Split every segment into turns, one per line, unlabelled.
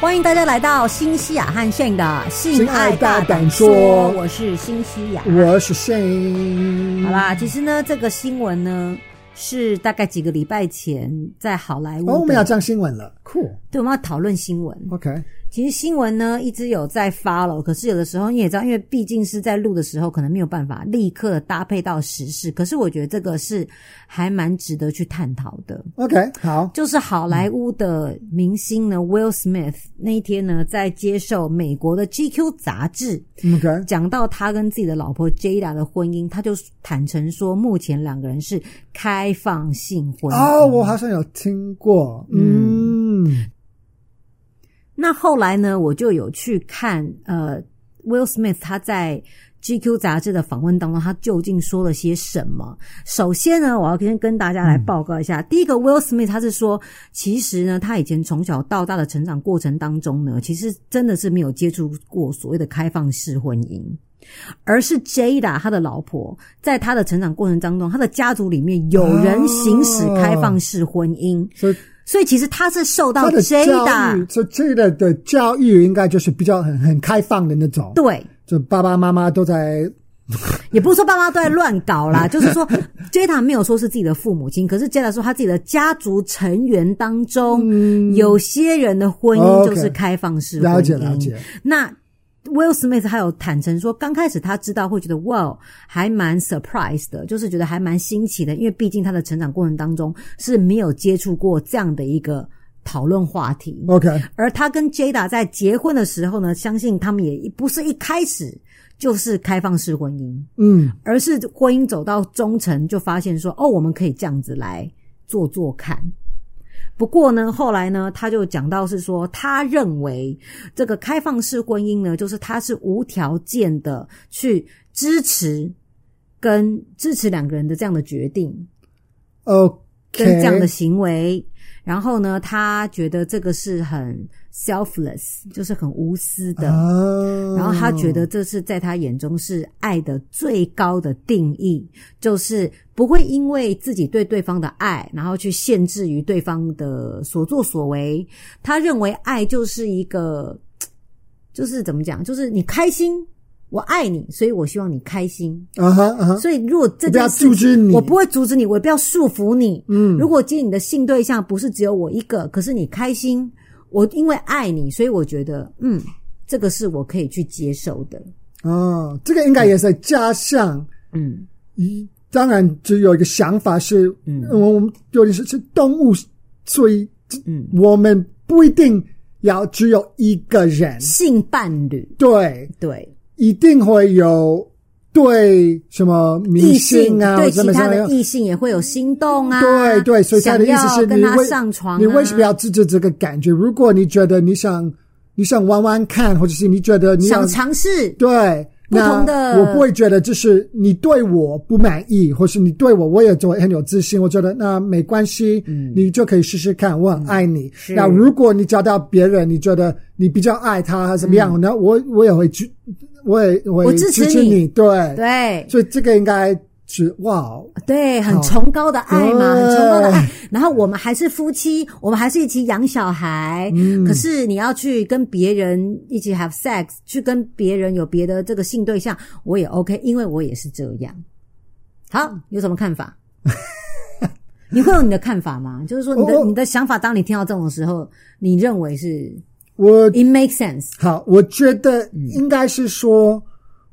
欢迎大家来到新西亚和炫的性爱大胆
性爱大
说，
胆说
我是新西亚。
我是 Shane。
好，啦，其实呢，这个新闻呢是大概几个礼拜前在好莱坞的，
哦，我们要讲新闻了，酷。
对我们要讨论新闻。
OK，
其实新闻呢一直有在 follow，可是有的时候你也知道，因为毕竟是在录的时候，可能没有办法立刻搭配到时事。可是我觉得这个是还蛮值得去探讨的。
OK，好，
就是好莱坞的明星呢、w i l l Smith 那一天呢，在接受美国的 GQ 杂志
OK，
讲到他跟自己的老婆 Jada 的婚姻，他就坦诚说，目前两个人是开放性婚姻。
哦，我好像有听过，嗯，
那后来呢，我就有去看呃，Will Smith 他在 GQ 杂志的访问当中，他究竟说了些什么？首先呢，我要先跟大家来
嗯
报告一下，第一个 Will Smith 他是说，其实呢，他以前从小到大的成长过程当中呢，其实真的是没有接触过所谓的开放式婚姻。而是 Jada 他的老婆，在他的成长过程当中，他的家族里面有人行使
哦
开放式婚姻，
所以
所以其实他是受到
他的教
Jada
育，所以 Jada 的教育应该就是比较很很开放的那种，
对
就爸爸妈妈都在
也不是说爸妈都在乱搞 啦，就是说 Jada 没有说是自己的父母亲，可是 Jada 说他自己的家族成员当中，有些人的婚姻
OK
就是开放式婚姻。
嗯了解了解。
那 Will Smith 还有坦诚说，刚开始他知道会觉得哇，还蛮 surprise 的，就是觉得还蛮新奇的，因为毕竟他的成长过程当中是没有接触过这样的一个讨论话题。
OK，
而他跟 Jada 在结婚的时候呢，相信他们也不是一开始就是开放式婚姻，
嗯，
而是婚姻走到中程就发现说，哦，我们可以这样子来做做看。不过呢，后来呢，他就讲到是说，他认为这个开放式婚姻呢，就是他是无条件的去支持跟支持两个人的这样的决定，
OK，
跟这样的行为。然后呢，他觉得这个是很 selfless，就是很无私的。
啊，
然后他觉得这是在他眼中是爱的最高的定义，就是不会因为自己对对方的爱，然后去限制于对方的所作所为。他认为爱就是一个，就是怎么讲，就是你开心，我爱你，所以我希望你开心。
啊哈啊哈，
所以，如果这
我不要
件事情
阻止你
我不会阻止你，我也不要束缚你。嗯，如果今天你的性对象不是只有我一个，可是你开心，我因为爱你，所以我觉得，嗯，这个是我可以去接受的。
哦，这个应该也是加上。
嗯，
一当然只有一个想法是，嗯，我们有点是是动物，所以
嗯
我们不一定要只有一个人，
性伴侣，
对，
对
一定会有对什么明
异性
星啊，
对
或者
其
什么
他的
什么
异性也会有心动啊。
对对，所以他的意思
想
是
要
你
跟他
为
上床、啊，
你为什么要制止这个感觉？如果你觉得你想你想玩玩看，或者是你觉得你要
想尝试？
对，
不
那
同的
我不会觉得就是你对我不满意，或是你对我我也做很有自信，我觉得那没关系，你就可以试试看，我很爱你。
嗯是
那如果你找到别人，你觉得你比较爱他怎么样？那我我也会去，我也我
嗯我
也
支持
持
你
你，对，
对，
所以这个应该是哇，
对，很崇高的爱嘛，
对
很崇高的爱。然后我们还是夫妻，我们还是一起养小孩。
嗯
可是你要去跟别人一起 have sex，去跟别人有别的这个性对象，我也 OK，因为我也是这样。好，
嗯
有什么看法？ 你会有你的看法吗？就是说，你的
我我
你的想法，当你听到这种的时候，你认为是
我
it makes sense？
好，我觉得
嗯
应该是说，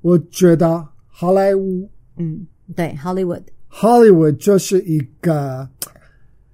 我觉得好莱坞
嗯，对，Hollywood，
Hollywood 就是一个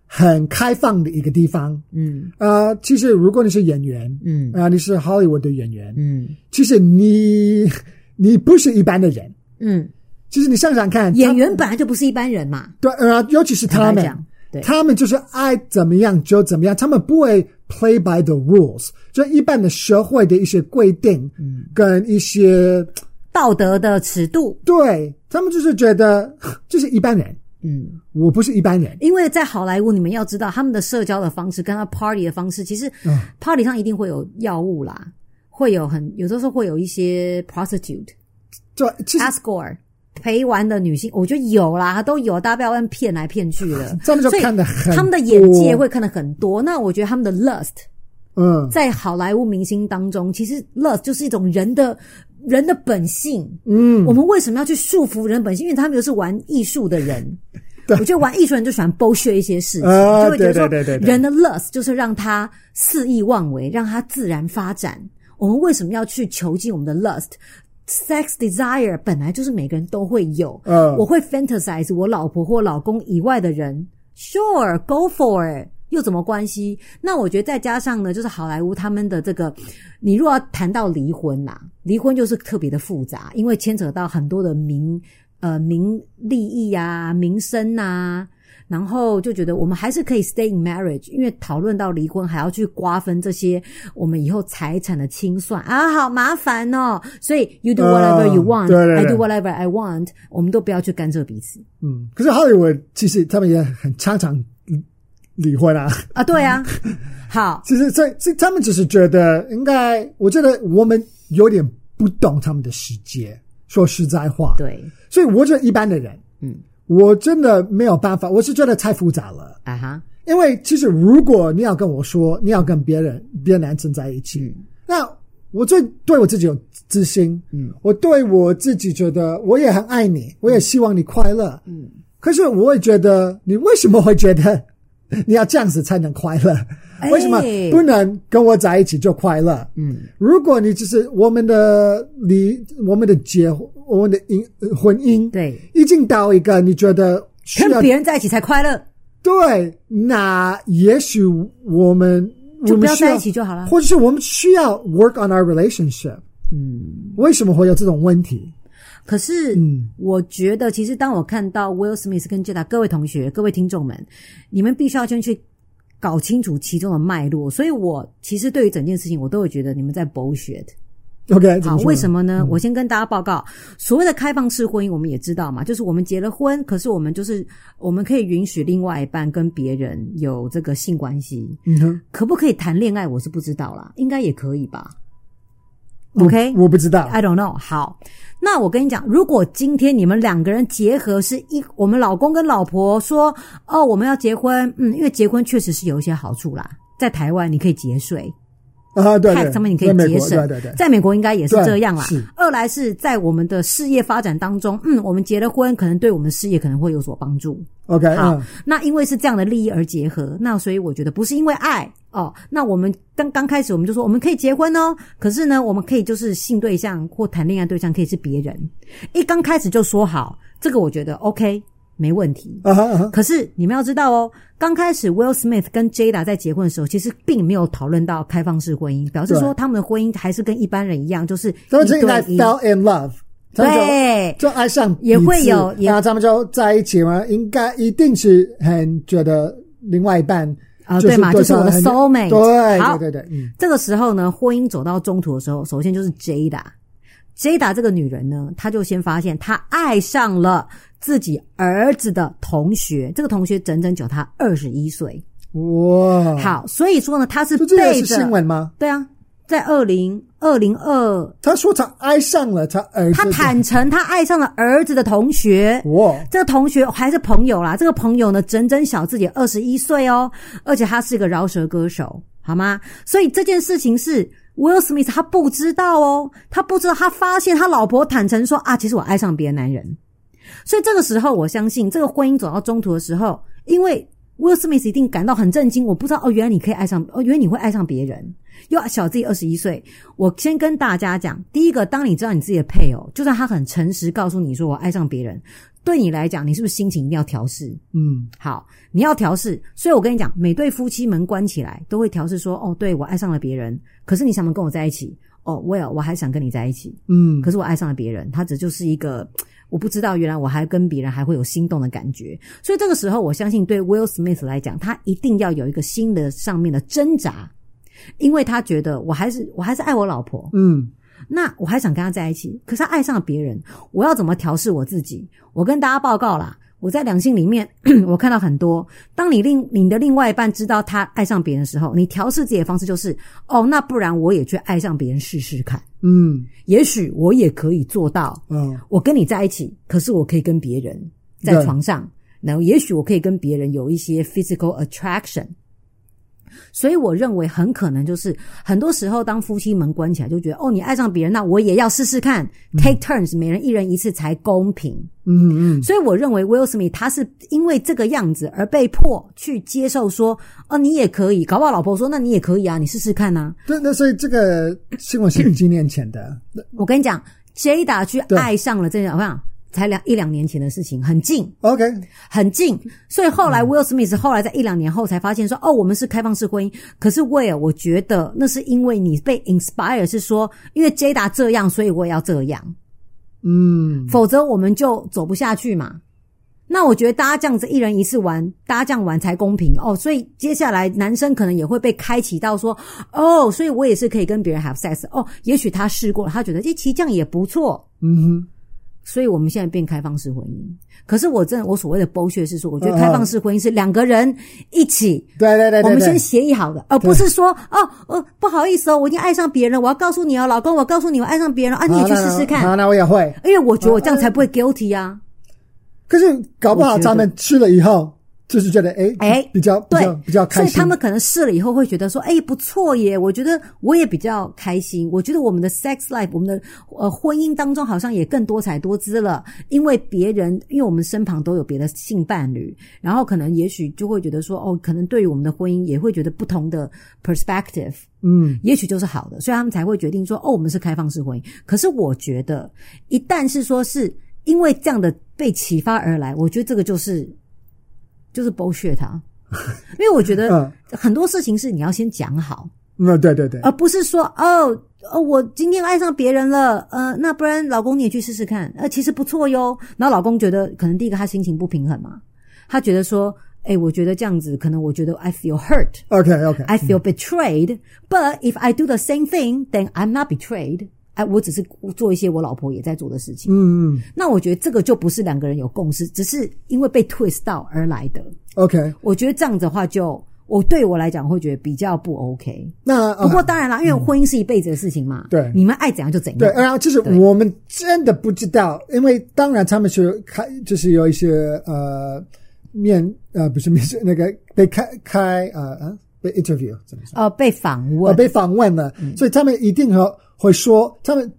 很开放的一个地方。
嗯
啊，其实如果你是演员，
嗯
啊、你是 Hollywood 的演员，
嗯
其实你你不是一般的人。
嗯，
其实你想想看，
演员本来就不是一般人嘛，
他对，呃，尤其是他
坦白
们
讲，对
他们就是爱怎么样就怎么样，他们不会 play by the rules，就一般的社会的一些规定，
嗯
跟一些
道德的尺度，
对他们就是觉得就是一般人，
嗯。
我不是一般人，
因为在好莱坞，你们要知道他们的社交的方式跟他 party 的方式，其实
嗯
party 上一定会有药物啦，会有很有的时候会有一些 prostitute、
就其
啊
实
escort 陪玩的女性，我觉得有啦，都有，大家不要乱骗来骗去的
。他们就
所以
看得很
他们的眼界
多
会看得很多。那我觉得他们的 lust
嗯
在好莱坞明星当中，其实 love 就是一种人的人的本性。
嗯
我们为什么要去束缚人本性？因为他们又是玩艺术的人。
对
我觉得玩艺术人就喜欢剥削一些事情，
啊
就会觉得说
对对对对对
人的 lust 就是让他肆意妄为，让他自然发展。我们为什么要去囚禁我们的 lust？Sex desire 本来就是每个人都会有。
嗯
我会 fantasize 我老婆或老公以外的人，sure go for it，又怎么关系？那我觉得再加上呢，就是好莱坞他们的这个，你若要谈到离婚呐、离婚就是特别的复杂，因为牵扯到很多的民呃民利益啊、民生呐、然后就觉得我们还是可以 stay in marriage，因为讨论到离婚还要去瓜分这些我们以后财产的清算啊，好麻烦哦。所以 you do whatever you
嗯
want，I、
对对对
do whatever I want，我们都不要去干涉彼此
嗯，可是 Hollywood 其实他们也很常常离离婚啊。
啊。对啊， 好，
其实这这他们只是觉得应该，我觉得我们有点不懂他们的世界。说实在话，，
对，
所以我觉得一般的人，
嗯，
我真的没有办法，我是觉得太复杂了。
啊哈，
因为其实如果你要跟我说你要跟别人别的男生在一起，那我最对我自己有自信，
嗯，
我对我自己觉得我也很爱你，我也希望你快乐，嗯。可是我会觉得，你为什么会觉得 你要这样子才能快乐？
哎
为什么不能跟我在一起就快乐？
嗯，
如果你只是我们的离，我们的结婚，我们的姻呃婚姻，，
对，
已经到一个你觉得需要
跟别人在一起才快乐，
对，那也许我们
就不
我们
要
需要
在一起就好了
或者是我们需要 work on our relationship。嗯，为什么会有这种问题？
可是，
嗯
我觉得其实当我看到 Will Smith 跟 Jada 各位同学、各位听众们，你们必须要先去搞清楚其中的脉络。所以我其实对于整件事情，我都会觉得你们在剥削的。
？OK，怎
好，
么说嗯
为什？么呢？我先跟大家报告，所谓的开放式婚姻，我们也知道嘛，就是我们结了婚，可是我们就是我们可以允许另外一半跟别人有这个性关系，
嗯哼，
可不可以谈恋爱？我是不知道啦，应该也可以吧。
我
OK，
我不知道。
I don't know。好，那我跟你讲，如果今天你们两个人结合是一，我们老公跟老婆说，哦，我们要结婚，嗯，因为结婚确实是有一些好处啦，在台湾你可以节税，
啊，对
tax
对，
上面你可
在美
以节
国
省，
对对对，
在美国应该也是
对
这样啦
是。
二来是在我们的事业发展当中，嗯，我们结了婚，可能对我们的事业可能会有所帮助。
OK，
好
嗯，
那因为是这样的利益而结合，那所以我觉得不是因为爱哦。那我们刚刚开始我们就说我们可以结婚哦，可是呢，我们可以就是性对象或谈恋爱对象可以是别人。一刚开始就说好，这个我觉得 OK 没问题。
啊哈啊哈，
可是你们要知道哦，刚开始 Will Smith 跟 Jada 在结婚的时候，其实并没有讨论到开放式婚姻，表示说
对
他们的婚姻还是跟一般人一样，就是一
他们就应该
对一。
fell in love，他们就
对
就爱上
也会
彼此
有也
然后他们就在一起嘛，应该一定是很觉得另外一半
啊
就是
对嘛就是
他
我的
很
soulmate 好
对对对对，嗯
这个时候呢，婚姻走到中途的时候，首先就是 Jada。Jada 这个女人呢，她就先发现她爱上了自己儿子的同学，这个同学整整小她二十一岁。
哇，，
好，所以说呢，她是
哦就这个
背
是新
着
闻吗？
对啊，在二零二零二，
他说他爱上了他儿子
她
的，
坦诚她爱上了儿子的同学。
哇，
这个同学还是朋友啦，这个朋友呢，整整小自己二十一岁哦，而且他是个饶舌歌手，好吗？所以这件事情是 Will Smith 他不知道哦，他不知道，他发现他老婆坦诚说啊，其实我爱上别的男人。所以这个时候，我相信这个婚姻走到中途的时候，因为 Will Smith 一定感到很震惊，我不知道哦，原来你可以爱上，哦，原来你会爱上别人，又小自己二十一岁。我先跟大家讲，第一个，当你知道你自己的配偶，就算他很诚实告诉你说我爱上别人，对你来讲，你是不是心情一定要调试？
嗯
好，你要调试，所以我跟你讲，每对夫妻门关起来都会调试说，哦，对我爱上了别人，可是你想不想跟我在一起？哦，Will，我还想跟你在一起，
嗯
可是我爱上了别人，他只就是一个我不知道，原来我还跟别人还会有心动的感觉。所以这个时候，我相信对 Will Smith 来讲，他一定要有一个新的上面的挣扎，因为他觉得我还是我还是爱我老婆，
嗯，
那我还想跟他在一起，可是他爱上了别人，我要怎么调试我自己？我跟大家报告啦，我在两性里面， 我看到很多，当你另你的另外一半知道他爱上别人的时候，你调试自己的方式就是，哦，那不然我也去爱上别人试试看，
嗯
也许我也可以做到。
嗯
我跟你在一起，可是我可以跟别人在
对
床上，然后也许我可以跟别人有一些 physical attraction。所以我认为很可能就是很多时候，当夫妻门关起来，就觉得哦，你爱上别人，那我也要试试看，take turns，每人一人一次才公平。
嗯嗯，
所以我认为 Will Smith 他是因为这个样子而被迫去接受说，哦，你也可以，搞不好老婆说，那你也可以啊，你试试看啊。
对，那所以这个新闻是几年前的，那
我跟你讲，Jada 去爱上了这个，我想才两一两年前的事情，很近
OK，
很近。所以后来 Will Smith 后来在一两年后才发现说，哦，我们是开放式婚姻。可是 Will，我觉得那是因为你被 inspire 是说，因为 Jada 这样，所以我也要这样。
嗯，
否则我们就走不下去嘛。那我觉得大家这样子一人一次玩，大家这样玩才公平哦。所以接下来男生可能也会被开启到说，哦，所以我也是可以跟别人 have sex 哦。也许他试过了，他觉得诶其实这样也不错。
嗯哼，
所以我们现在变开放式婚姻。可是我真的，我所谓的剥削是说，我觉得开放式婚姻是两个人一起，
对嗯对对对
我
对，
们先协议好的，而不是说哦，呃，不好意思哦，我已经爱上别人了，我要告诉你哦，老公，我告诉你我爱上别人了啊，你也
好
去
那
试试看。
好，那我也会。
因为我觉得我这样才
嗯
不会 guilty 啊。
可是搞不好
我觉得
他们吃了以后，就是觉得哎
哎
比较比
对
较比较
所
开
以
心，
他们可能试了以后会觉得说，哎、不错耶！我觉得我也比较开心。我觉得我们的 sex life，我们的呃婚姻当中好像也更多彩多姿了，因为别人，因为我们身旁都有别的性伴侣，然后可能也许就会觉得说，哦，可能对于我们的婚姻也会觉得不同的 perspective。
嗯
也许就是好的，所以他们才会决定说，哦，我们是开放式婚姻。可是我觉得，一旦是说是因为这样的被启发而来，我觉得这个就是就是剥削他，因为我觉得
嗯
很多事情是你要先讲好，
嗯对对对，
而不是说哦。哦，我今天爱上别人了，呃，那不然老公你也去试试看，呃，其实不错哟。然后老公觉得可能第一个他心情不平衡嘛，他觉得说，哎、我觉得这样子，可能我觉得 I feel hurt，
OK OK，
I feel betrayed, but if I do the same thing, then I'm not betrayed. 哎，我只是做一些我老婆也在做的事情。
嗯嗯
那我觉得这个就不是两个人有共识，只是因为被 twist 到而来的。
OK，
我觉得这样子的话就，我对我来讲会觉得比较不 OK。
那
不过
呃
当然啦，因为婚姻是一辈子的事情嘛，
对
你们爱怎样就怎样。
对，然后就是
对
我们真的不知道，因为当然他们是开，就是有一些呃面呃不是面试那个被开开呃啊被 interview 怎么说？
呃，被访
我
问，
被访问了，
嗯
所以他们一定和会说他们，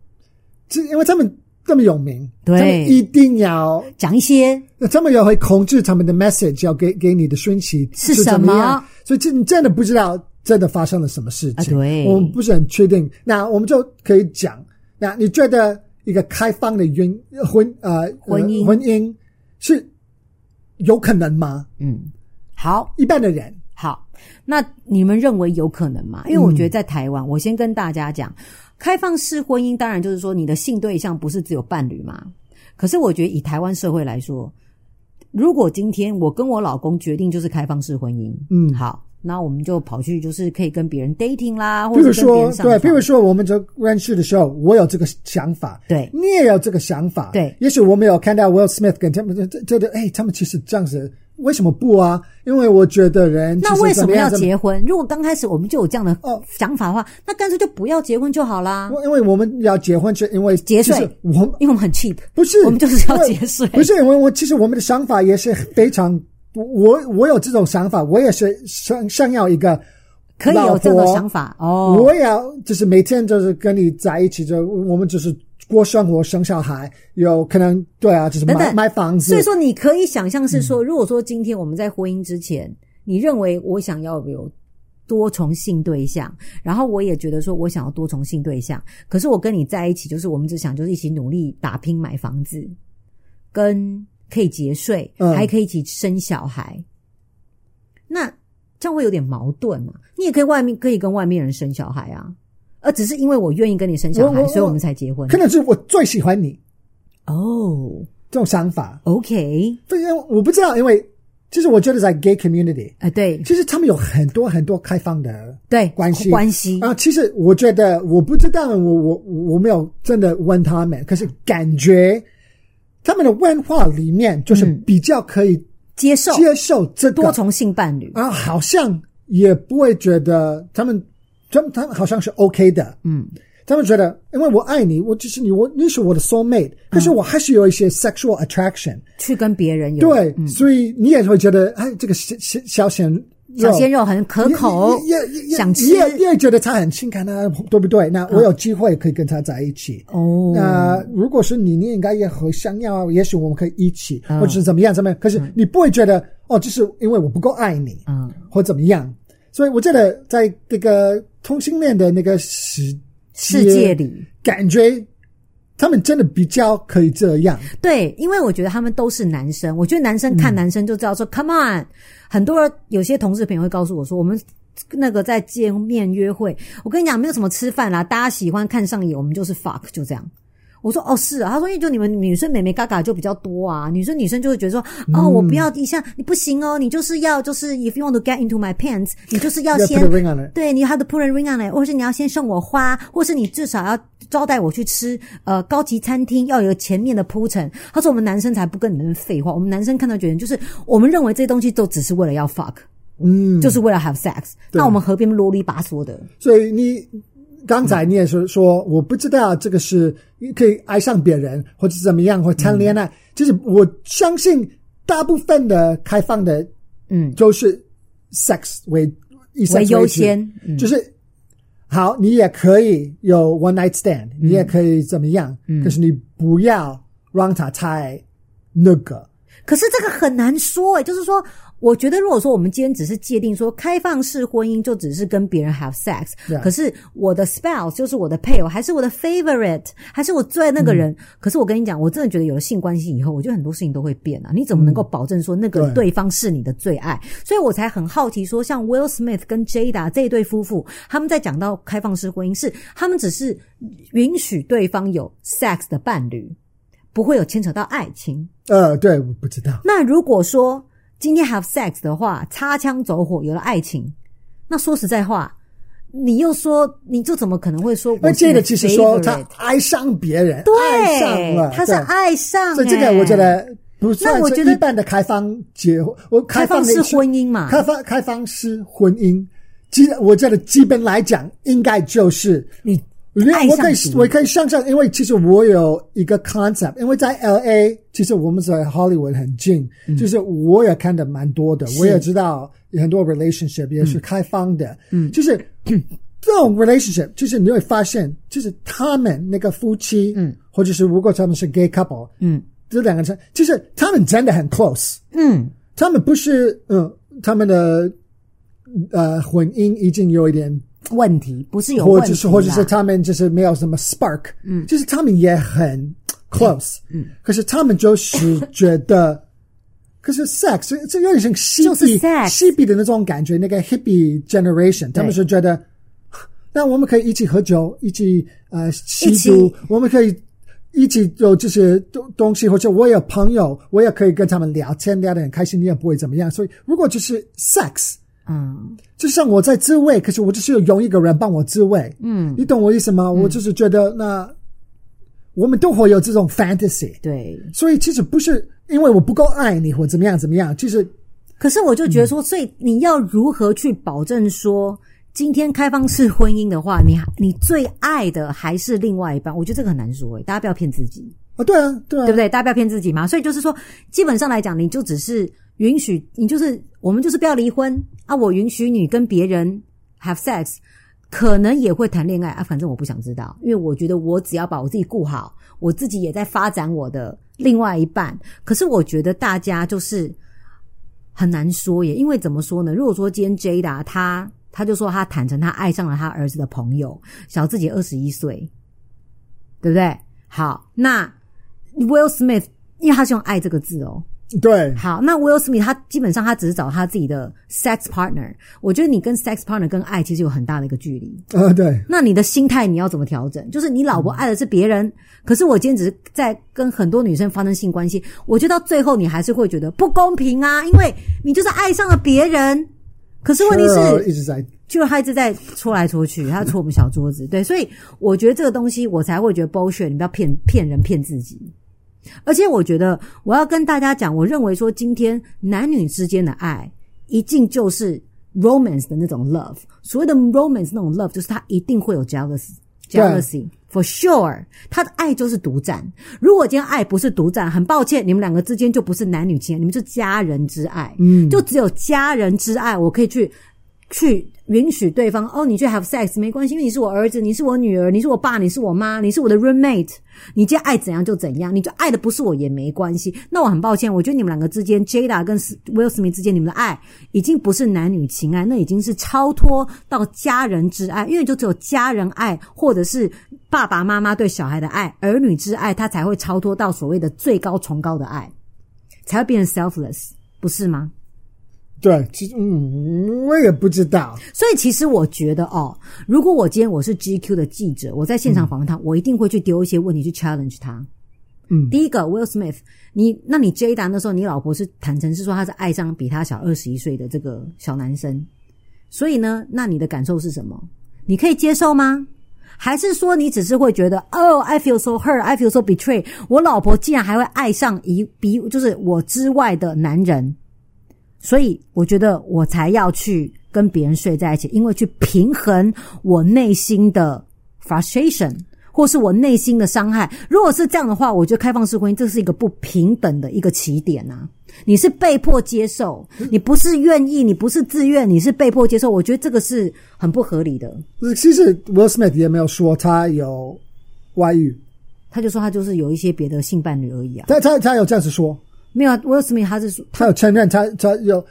这因为他们这么有名，
对
他们一定要，
讲一些
他们也会控制他们的 message 要给给你的讯息
是
怎么
什么
样，所以这你真的不知道真的发生了什么事情，
啊对
我们不是很确定。那我们就可以讲，那你觉得一个开放的婚婚呃
婚姻
婚姻是有可能吗？
嗯，好，
一般的人，
好，那你们认为有可能吗？
嗯
因为我觉得在台湾，我先跟大家讲，开放式婚姻当然就是说你的性对象不是只有伴侣嘛。可是我觉得以台湾社会来说，如果今天我跟我老公决定就是开放式婚姻，
嗯
好，那我们就跑去就是可以跟别人 dating 啦，
比
或
如
者是跟哦别
说
人，上
对，比
床
如说我们就认识的时候，我有这个想法，
对
你也有这个想法，
对
也许我没有看到 Will Smith 跟他们这这的，哎，他们其实这样子，为什么不啊？因为我觉得人
那
其实
为什
怎么
么要
样？怎么
结婚？如果刚开始我们就有这样的
哦
想法的话，那干脆就不要结婚就好啦，
因为我们要结婚，是因为
节税
其实我 们
因为我们很 cheap，
不是
我们就是要
因为
节税
不是因为我其实我们的想法也是非常，我我有这种想法，我也是想想要一个。
可以有这样的想法哦。
我也要就是每天就是跟你在一起，就我们就是过生活、生小孩，有可能对啊，就是买嗯
等等
买房子
所以。说，你可以想象是说，如果说今天我们在婚姻之前，你认为我想要有多重性对象，然后我也觉得说我想要多重性对象，可是我跟你在一起，就是我们只想就是一起努力打拼买房子，跟可以节税，
嗯
还可以一起生小孩，那这样会有点矛盾嘛？你也可以外面可以跟外面人生小孩啊。而只是因为我愿意跟你生小
我
孩，
我
所以我们才结婚。
可能是我最喜欢你
哦
这种想法，
，OK，
对，因为我不知道，因为其实我觉得在 gay community，
啊、对，
其实他们有很多很多开放的
对
关系
关系
啊。其实我觉得我不知道，我我我没有真的问他们，可是感觉他们的文化里面就是
嗯
比较可以
接受
接受这个
多重性伴侣，
啊，好像也不会觉得他们，他们他们好像是 OK 的，
嗯，
他们觉得，因为我爱你，我就是你，我你是我的 soul mate，但是我还是有一些 sexual attraction，、
去跟别人有
对，所以你也会觉得，哎，这个小小小鲜
小鲜肉很可口，
也也也
想吃
也也觉得他很性感啊，对不对？那我有机会可以跟他在一起。
哦
那如果是你，你应该也很想要啊，也许我们可以一起，
嗯
或者是怎么样怎么样。可是你不会觉得哦，就是因为我不够爱你，
嗯，
或怎么样。所以我觉得在这个同性恋的那个世
世界，里。
感觉他们真的比较可以这样。
对，因为我觉得他们都是男生，我觉得男生看男生就知道说、c o m e on。很多人有些同事朋友会告诉我说，我们那个在见面约会，我跟你讲，没有什么吃饭啦，大家喜欢看上眼，我们就是 fuck，就这样。我说哦是啊，他说因为就你们女生美眉嘎嘎就比较多啊，女生女生就会觉得说哦我不要一下你不行哦，你就是要就是 if you want to get into my pants，你就是要
要 put
先
a ring on it
对你还得 put a ring on it，或是你要先送我花，或是你至少要招待我去吃呃高级餐厅，要有前面的铺陈。他说我们男生才不跟你们废话，我们男生看到觉得就是我们认为这些东西都只是为了要 fuck，
嗯，
就是为了 have sex，
对
那我们何必啰里吧嗦的？
所以你刚才你也
嗯
是说，我不知道这个是可以爱上别人，或者怎么样，或谈恋
嗯
爱。其实我相信大部分的开放的，
嗯，
就是 sex 为以 sex
为
主
优先嗯
就是好，你也可以有 one night stand，你
嗯
也可以怎么样，可是你不要让他太那个。
可是这个很难说诶、就是说，我觉得如果说我们今天只是界定说开放式婚姻就只是跟别人 have sex，、
Yeah
可是我的 spouse 就是我的配偶，还是我的 favorite，还是我最爱那个
嗯
人。可是我跟你讲，我真的觉得有了性关系以后，我觉得很多事情都会变啊。你怎么能够保证说那个
对
对方是你的最爱？所以我才很好奇说，像 Will Smith 跟 Jada 这一对夫妇，他们在讲到开放式婚姻是他们只是允许对方有 sex 的伴侣，不会有牵扯到爱情。
呃，对，我不知道。
那如果说今天 have sex 的话，擦枪走火有了爱情，那说实在话，你又说你就怎么可能会说
那
我
这
是
个
个
其实说他
favorite？
爱上别人，爱上了，
对，他是
对
爱上、欸，
所以这个我觉得不算
那我觉
是
得
一般的开放结婚，我
开
放
放
的
式婚姻嘛，
开放开放式婚姻，基我觉得基本来讲应该就是
你
我觉得
爱
我
上
可以
别人
我可以想象，因为其实我有一个 concept，因为在 L A，其实我们在 Hollywood 很近，
嗯
就是我也看的蛮多的，我也知道有很多
嗯
relationship 也是开放的，嗯，就是 这种 relationship，就是你会发现，就是他们那个夫妻，嗯，或者是如果他们是 gay couple，
嗯
这两个人就是他们真的很 close，
嗯，
他们不是嗯，他们的呃婚姻已经有一点
问题不是有
或
问
者
题
是
啦
或者是他们就是没有什么 spark，嗯，就是他们也很 close，嗯，可是他们就是觉得，可是 sex 这这有点像嬉
就是
皮
sex
嬉皮的那种感觉，那个 hippie generation，他们是觉得，那我们可以一起喝酒，一起呃吸
一起
毒，我们可以。一起有这些东东西，或者我有朋友，我也可以跟他们聊天，聊得很开心，你也不会怎么样。所以，如果就是 sex，
嗯
就像我在自慰，可是我就是有用一个人帮我自慰，嗯，你懂我意思吗？我就是觉得那我们都会有这种 fantasy，
对。
所以其实不是因为我不够爱你或怎么样怎么样，就是
可是我就觉得说，所以你要如何去保证说，今天开放式婚姻的话，你你最爱的还是另外一半？我觉得这个很难说诶、大家不要骗自己。
啊，对啊，对啊，
对不对？大家不要骗自己嘛。所以就是说，基本上来讲，你就只是允许，你就是我们就是不要离婚啊，我允许你跟别人 have sex。可能也会谈恋爱啊，反正我不想知道，因为我觉得我只要把我自己顾好，我自己也在发展我的另外一半。可是我觉得大家就是很难说耶，因为怎么说呢？如果说今天 Jada 她，她就说她坦诚她爱上了她儿子的朋友，小自己二十一岁，对不对？好，那 Will Smith，因为他是用“爱”这个字哦。
对，
好，那 Will Smith 他基本上他只是找他自己的 sex partner。我觉得你跟 sex partner 跟爱其实有很大的一个距离。
啊，对，
那你的心态你要怎么调整？就是你老婆爱的是别人，可是我今天只是在跟很多女生发生性关系，我觉得到最后你还是会觉得不公平啊，因为你就是爱上了别人。可是问题是，
Cheryl 一直在
就他一直在戳来戳去，他戳我们小桌子。对，所以我觉得这个东西我才会觉得 bullshit，你不要骗骗人骗自己。而且我觉得我要跟大家讲，我认为说今天男女之间的爱，一定就是 romance 的那种 love。所谓的 romance 那种 love，就是他一定会有 jealous， jealousy。For sure，他的爱就是独占。如果今天爱不是独占，很抱歉，你们两个之间就不是男女情，你们是家人之爱。嗯，就只有家人之爱，我可以去去允许对方哦，你去 have sex 没关系，因为你是我儿子，你是我女儿，你是我爸，你是我妈，你是我的 roommate，你今天爱怎样就怎样，你就爱的不是我也没关系。那我很抱歉，我觉得你们两个之间，Jada 跟 Will Smith 之间，你们的爱已经不是男女情爱，那已经是超脱到家人之爱，因为就只有家人爱或者是爸爸妈妈对小孩的爱，儿女之爱，他才会超脱到所谓的最高崇高的爱，才会变成 selfless，不是吗？
对，其实嗯，我也不知道，
所以其实我觉得哦，如果我今天我是 GQ 的记者，我在现场访问他，我一定会去丢一些问题去 challenge 他。
嗯
第一个 Will Smith，你那你 Jada 那时候你老婆是坦诚是说她是爱上比她小二十一岁的这个小男生，所以呢，那你的感受是什么？你可以接受吗？还是说你只是会觉得哦、i feel so hurt，I feel so betrayed，我老婆竟然还会爱上一比就是我之外的男人，所以我觉得我才要去跟别人睡在一起，因为去平衡我内心的 frustration 或是我内心的伤害。如果是这样的话，我觉得开放式婚姻这是一个不平等的一个起点啊！你是被迫接受，你不是愿意，你不是自愿，你是被迫接受。我觉得这个是很不合理的。
其实 Will Smith 也没有说他有外遇，
他就说他就是有一些别的性伴侣而已啊，
他他他有这样子说，
没有啊。Will Smith 他是说
他有承认他他有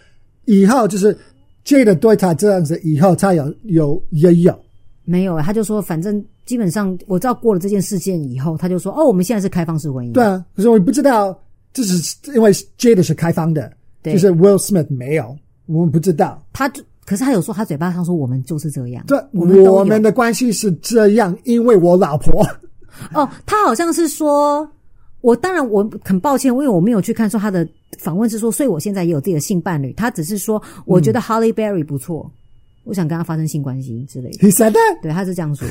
以后就是 Jada 对他这样子，以后他有有也有，
没有啊，他就说反正基本上我知道过了这件事件以后，他就说哦，我们现在是开放式婚姻。
对啊，可是我不知道，这是因为 Jada 是开放的，
对
就是 Will Smith 没有，我们不知道。
他就可是他有说他嘴巴上说我们就是这样，
对，
我
我
们
们
都有
的关系是这样，因为我老婆。
哦，他好像是说，我当然我很抱歉，因为我没有去看说他的访问是说，所以我现在也有自己的性伴侣，他只是说我
嗯
觉得 Holly Berry 不错，我想跟他发生性关系之类的，
He said that。
对，他是这样说。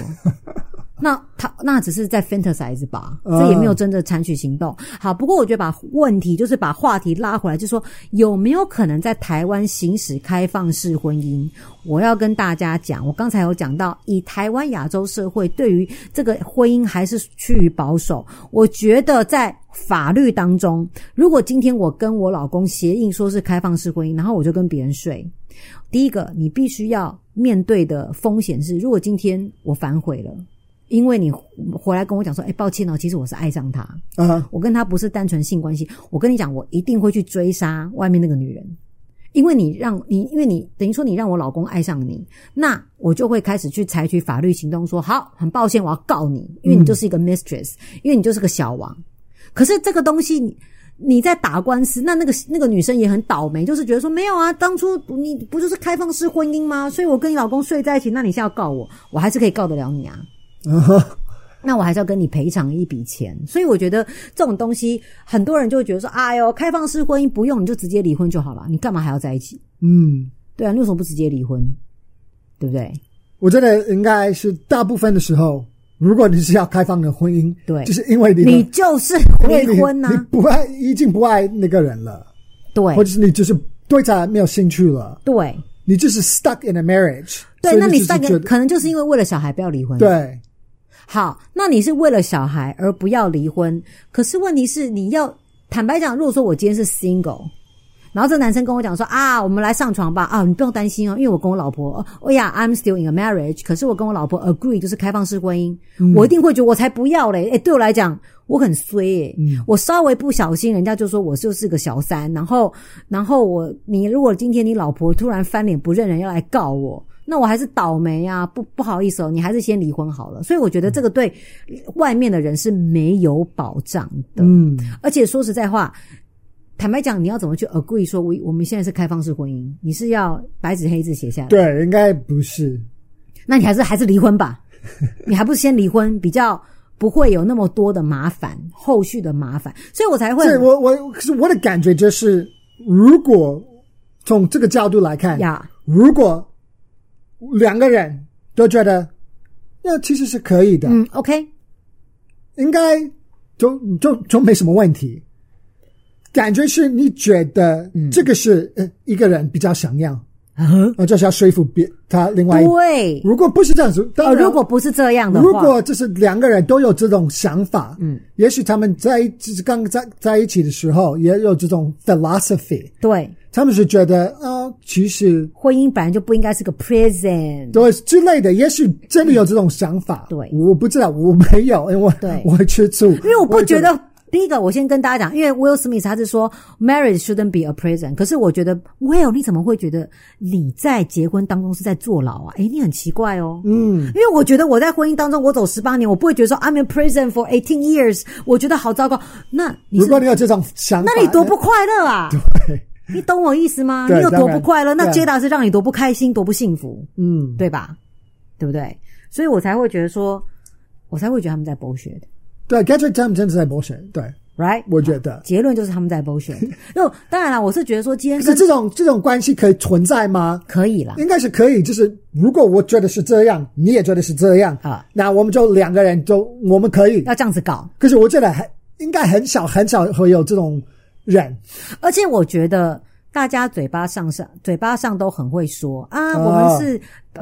那他那只是在 fantasize 吧，
啊
这也没有真的采取行动。好，不过我觉得把问题就是把话题拉回来，就说有没有可能在台湾行使开放式婚姻？我要跟大家讲，我刚才有讲到，以台湾亚洲社会对于这个婚姻还是趋于保守。我觉得在法律当中，如果今天我跟我老公协议说是开放式婚姻，然后我就跟别人睡，第一个，你必须要面对的风险是，如果今天我反悔了，因为你回来跟我讲说，哎、抱歉哦，其实我是爱上他，
啊、
我跟他不是单纯性关系，我跟你讲，我一定会去追杀外面那个女人，因为你让你，因为你等于说你让我老公爱上你，那我就会开始去采取法律行动说好，很抱歉，我要告你，因为你就是一个 mistress，、因为你就是个小王。可是这个东西你。你在打官司，那那个那个女生也很倒霉，就是觉得说没有啊，当初你不就是开放式婚姻吗？所以我跟你老公睡在一起，那你现在要告我，我还是可以告得了你啊。那我还是要跟你赔偿一笔钱。所以我觉得这种东西，很多人就会觉得说，哎呦，开放式婚姻不用，你就直接离婚就好了，你干嘛还要在一起？
嗯，
对啊，你为什么不直接离婚？对不对？
我觉得应该是大部分的时候，如果你是要开放的婚姻，
对
就是因为你
你就是
因为
离
你
婚呐、
你不爱已经不爱那个人了，
对
或者是你就是对他没有兴趣了，
对
你就是 stuck in a marriage 所
对，
以
那你
就是
大概
觉得
可能就是因为为了小孩不要离婚。，
对
好，那你是为了小孩而不要离婚，可是问题是你要坦白讲，如果说我今天是 single。然后这男生跟我讲说啊，我们来上床吧啊，你不用担心哦，因为我跟我老婆，哦呀，I'm still in a marriage，可是我跟我老婆 agree 就是开放式婚姻，我一定会觉得我才不要嘞，哎，对我来讲我很衰哎、我稍微不小心，人家就说我就是个小三，然后然后我你如果今天你老婆突然翻脸不认人要来告我，那我还是倒霉啊，不不好意思哦，你还是先离婚好了。所以我觉得这个对外面的人是没有保障的，
嗯，
而且说实在话，坦白讲，你要怎么去 agree 说我我们现在是开放式婚姻？你是要白纸黑字写下来？，
对，应该不是，
那你还是还是离婚吧， 你还不是先离婚比较不会有那么多的麻烦，后续的麻烦，所以我才会
对我我可是我的感觉就是，如果从这个角度来看，
呀
如果两个人都觉得那其实是可以的，
嗯，OK，
应该就就就没什么问题。
嗯
感觉是你觉得这个是呃一个人比较想要，啊、就是要说服别他另外一。
对，
如果不是这样子，当
呃，
然
如果不是这样的话，
如果就是两个人都有这种想法，嗯，也许他们在一就是刚在在一起的时候也有这种 philosophy，
对
他们是觉得啊、其实
婚姻本来就不应该是个 prison，
对之类的，也许真的有这种想法。
对
我不知道，我没有，因为
对
我会吃醋，因
因为我不觉得。第一个，我先跟大家讲，因为 Will Smith 他是说 marriage shouldn't be a prison，可是我觉得 Will 你怎么会觉得你在结婚当中是在坐牢啊？诶，你很奇怪哦。嗯，因为我觉得我在婚姻当中我走十八年，我不会觉得说 I'm in prison for eighteen years，我觉得好糟糕。那你
如
是
果你有这种想法，
那你多不快乐啊？
对
你懂我意思吗？
对
你有多不快乐，
当然
那接达是让你多不开心、多不幸福，
嗯，
对吧？对不对？所以我才会觉得说，我才会觉得他们在剥削的
对，Gadget Time 真的是在 bullshit，对
，right？
我觉得。
结论就是他们在剥削。 那当然了，我是觉得说今天
可是这种这种关系可以存在吗？
可以啦，
应该是可以，就是如果我觉得是这样，你也觉得是这样
啊，
那我们就两个人就我们可以。
要这样子搞。
可是我觉得很应该很少很少会有这种人，
而且我觉得大家嘴巴上上嘴巴上都很会说啊，
哦
我们是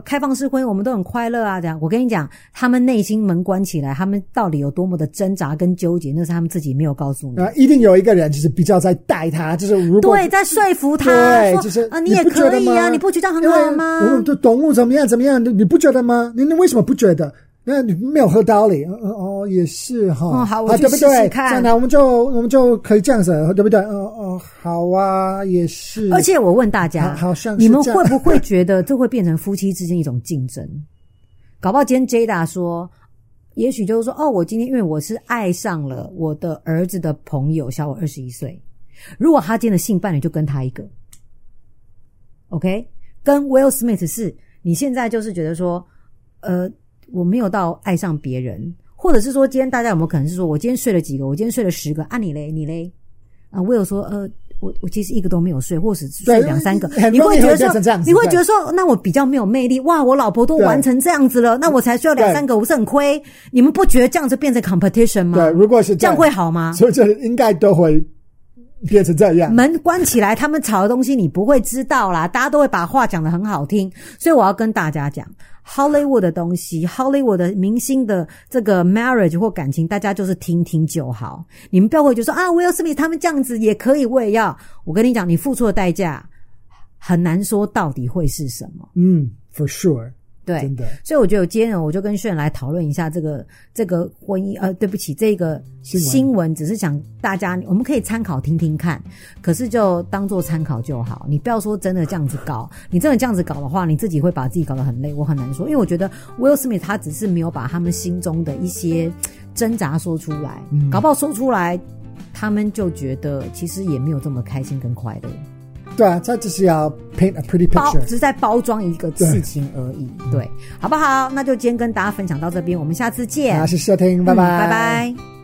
开放式婚姻，我们都很快乐啊。这样，我跟你讲，他们内心门关起来，他们到底有多么的挣扎跟纠结，那是他们自己没有告诉你。
啊，一定有一个人就是比较在带他，就是如果
对，在说服他
对，
说
就是
啊，你也
不觉
可
得
以
吗
啊，你不觉得这样很好吗
因为？我们的动物怎么样怎么样，你你不觉得吗？你你为什么不觉得？那你没有喝道理，嗯嗯哦，也是哈。啊
哦好我去
对不
试
对？
试看
这样呢，我们就我们就可以这样子，对不对？嗯哦，好啊，也是。
而且我问大家，
好好像是
你们
这样
会不会觉得这会变成夫妻之间一种竞 争？搞不好今天 Jada 说，也许就是说，哦，我今天因为我是爱上了我的儿子的朋友，小我二十一岁。如果他今天的性伴侣就跟他一个，OK，跟 Will Smith 是，你现在就是觉得说，呃，我没有到爱上别人，或者是说，今天大家有没有可能是说我今天睡了几个，我今天睡了十个，啊你嘞，你嘞，啊 Will 说，呃，我我其实一个都没有睡，或者是睡
对
两三个
很，
你
容易
会觉得
会变成这
说
样，子
你会
对
觉得说，那我比较没有魅力，哇，我老婆都
对
玩成这样子了，那我才睡了两三个，我是很亏。你们不觉得这样子变成 competition 吗？
对，如果是
这样会好吗？
所以这应该都会变成这样。
门关起来，他们吵的东西你不会知道啦。大家都会把话讲得很好听，所以我要跟大家讲，Hollywood 的东西，Hollywood 的明星的这个 marriage 或感情，大家就是听听就好。你们不要会觉得说啊，Will Smith 他们这样子也可以，我也要。我跟你讲，你付出的代价很难说到底会是什么。
嗯，for sure，
对，
真的
所以我觉得今天呢，我就跟炫来讨论一下这个这个婚姻，呃，对不起，这个
新闻
新闻，只是想大家我们可以参考听听看，可是就当做参考就好，你不要说真的这样子搞，你真的这样子搞的话，你自己会把自己搞得很累，我很难说，因为我觉得 Will Smith 他只是没有把他们心中的一些挣扎说出来，搞不好说出来，他们就觉得其实也没有这么开心跟快乐，
对啊，他只是要 paint a pretty
包
picture 嗯
只。是在包装一个事情而已，对，好不好？那就今天跟大家分享到这边，我们下次见，
啊，谢谢收听，
嗯
拜拜，
拜拜。